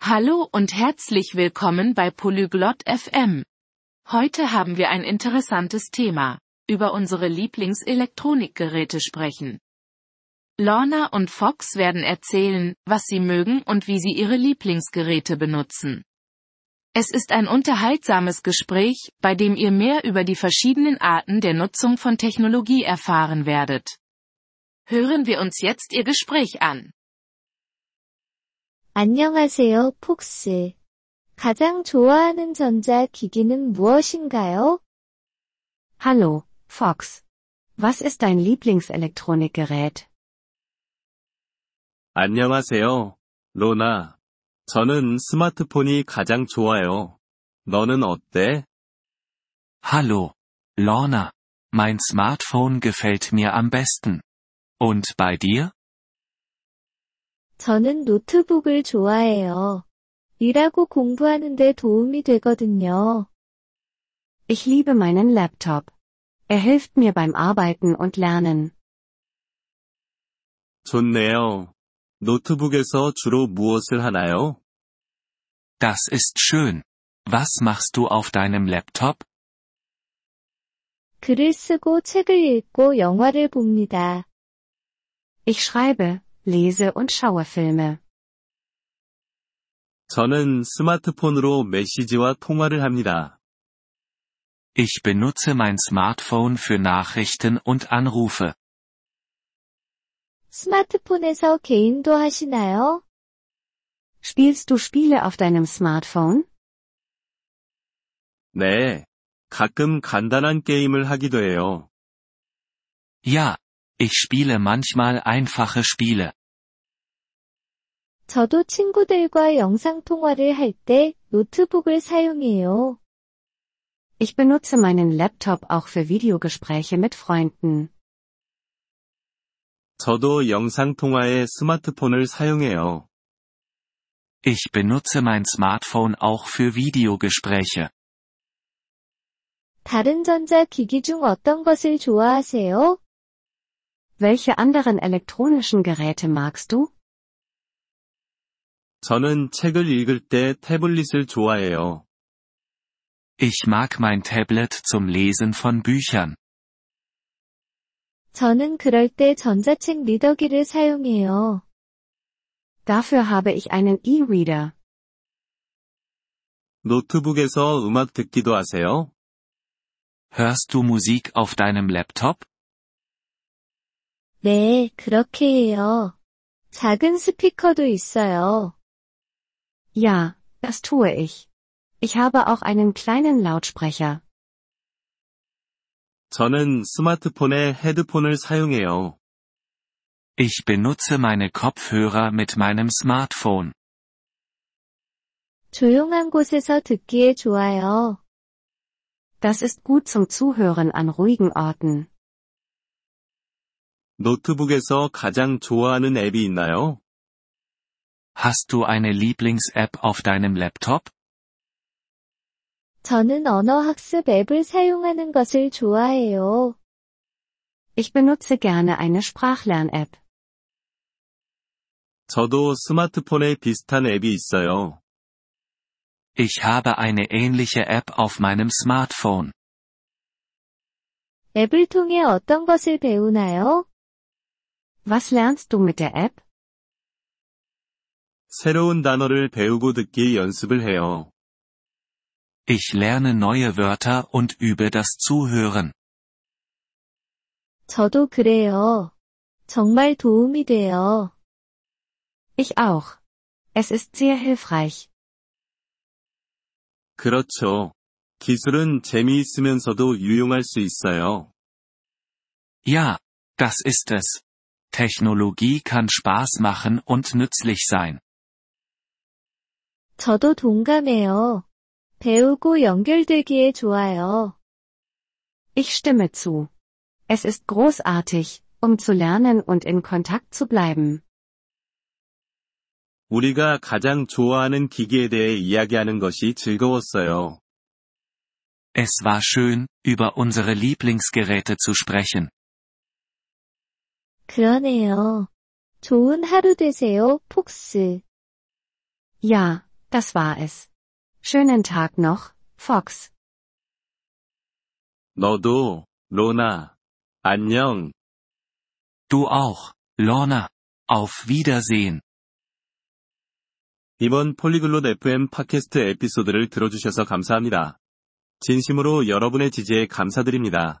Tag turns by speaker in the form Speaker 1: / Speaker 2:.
Speaker 1: Hallo und herzlich willkommen bei Polyglot FM. Heute haben wir ein interessantes Thema. Über unsere Lieblingselektronikgeräte sprechen. Lorna und Fox werden erzählen, was sie mögen und wie sie ihre Lieblingsgeräte benutzen. Es ist ein unterhaltsames Gespräch, bei dem ihr mehr über die verschiedenen Arten der Nutzung von Technologie erfahren werdet. Hören wir uns jetzt ihr Gespräch an.
Speaker 2: 안녕하세요, 폭스. 가장 좋아하는 전자기기는 무엇인가요?
Speaker 3: Hallo, Fox. Was ist dein Lieblingselektronikgerät?
Speaker 4: 안녕하세요, 로나. 저는 스마트폰이 가장 좋아요. 너는 어때?
Speaker 5: Hallo, Lorna. Mein Smartphone gefällt mir am besten. Und bei dir?
Speaker 2: 저는 노트북을 좋아해요. 일하고 공부하는데 도움이 되거든요.
Speaker 3: Ich liebe meinen Laptop. Er hilft mir beim Arbeiten und Lernen.
Speaker 4: 좋네요. 노트북에서 주로 무엇을 하나요?
Speaker 5: Das ist schön. Was machst du auf deinem Laptop?
Speaker 2: 글을 쓰고 책을 읽고 영화를 봅니다.
Speaker 3: Ich schreibe, lese und schaue Filme.
Speaker 4: 저는 스마트폰으로 메시지와 통화를 합니다.
Speaker 5: Ich benutze mein Smartphone für Nachrichten und Anrufe.
Speaker 2: 스마트폰에서 개인도 하시나요?
Speaker 3: Spielst du Spiele auf deinem Smartphone?
Speaker 4: 네. 가끔 간단한 게임을 하기도 해요.
Speaker 5: Ja, ich spiele manchmal einfache Spiele.
Speaker 2: 저도 친구들과 영상통화를 할 때 노트북을 사용해요.
Speaker 3: Ich benutze meinen Laptop auch für Videogespräche mit Freunden.
Speaker 4: 저도 영상통화에 스마트폰을 사용해요.
Speaker 5: Ich benutze mein Smartphone auch für Videogespräche.
Speaker 2: 다른 전자기기 중 어떤 것을 좋아하세요?
Speaker 3: Welche anderen elektronischen Geräte magst du?
Speaker 4: 저는 책을 읽을 때 태블릿을 좋아해요.
Speaker 5: Ich mag mein Tablet zum Lesen von Büchern.
Speaker 2: 저는 그럴 때 전자책 리더기를 사용해요.
Speaker 3: Dafür habe ich einen E-Reader.
Speaker 4: 노트북에서 음악 듣기도 하세요?
Speaker 5: Hörst du Musik auf deinem Laptop?
Speaker 2: 네, 그렇게 해요. 작은 스피커도 있어요.
Speaker 3: Ja, das tue ich. Ich habe auch einen kleinen Lautsprecher.
Speaker 4: 저는 스마트폰에 헤드폰을 사용해요.
Speaker 5: Ich benutze meine Kopfhörer mit meinem Smartphone.
Speaker 2: 조용한 곳에서 듣기에 좋아요.
Speaker 3: Das ist gut zum Zuhören an ruhigen Orten.
Speaker 4: 노트북에서 가장 좋아하는 앱이 있나요?
Speaker 5: Hast du eine Lieblings-App auf deinem Laptop?
Speaker 2: 저는 언어학습 앱을 사용하는 것을 좋아해요.
Speaker 3: Ich benutze gerne eine Sprachlern-App.
Speaker 4: 저도 스마트폰에 비슷한 앱이 있어요.
Speaker 5: Ich habe eine ähnliche App auf meinem Smartphone.
Speaker 2: 앱을 통해 어떤 것을 배우나요?
Speaker 3: Was lernst du mit der App?
Speaker 4: 새로운 단어를 배우고 듣기 연습을 해요.
Speaker 5: Ich lerne neue Wörter und übe das Zuhören.
Speaker 2: 저도 그래요. 정말 도움이 돼요.
Speaker 3: Ich auch. Es ist sehr hilfreich.
Speaker 4: 그렇죠. 기술은 재미있으면서도 유용할 수 있어요.
Speaker 5: Ja, das ist es. Technologie kann Spaß machen und nützlich sein.
Speaker 2: 저도 동감해요. 배우고 연결되기에 좋아요.
Speaker 3: Ich stimme zu. Es ist großartig, um zu lernen und in Kontakt zu bleiben.
Speaker 4: 우리가 가장 좋아하는 기기에 대해 이야기하는 것이 즐거웠어요.
Speaker 5: Es war schön, über unsere Lieblingsgeräte zu sprechen.
Speaker 2: 그러네요. 좋은 하루 되세요, 폭스.
Speaker 3: Ja, Das war es. Schönen Tag noch, Fox.
Speaker 4: 너도, 로나. 안녕.
Speaker 5: Du auch, Lorna. Auf Wiedersehen.
Speaker 4: 이번 폴리글롯 FM 팟캐스트 에피소드를 들어주셔서 감사합니다. 진심으로 여러분의 지지에 감사드립니다.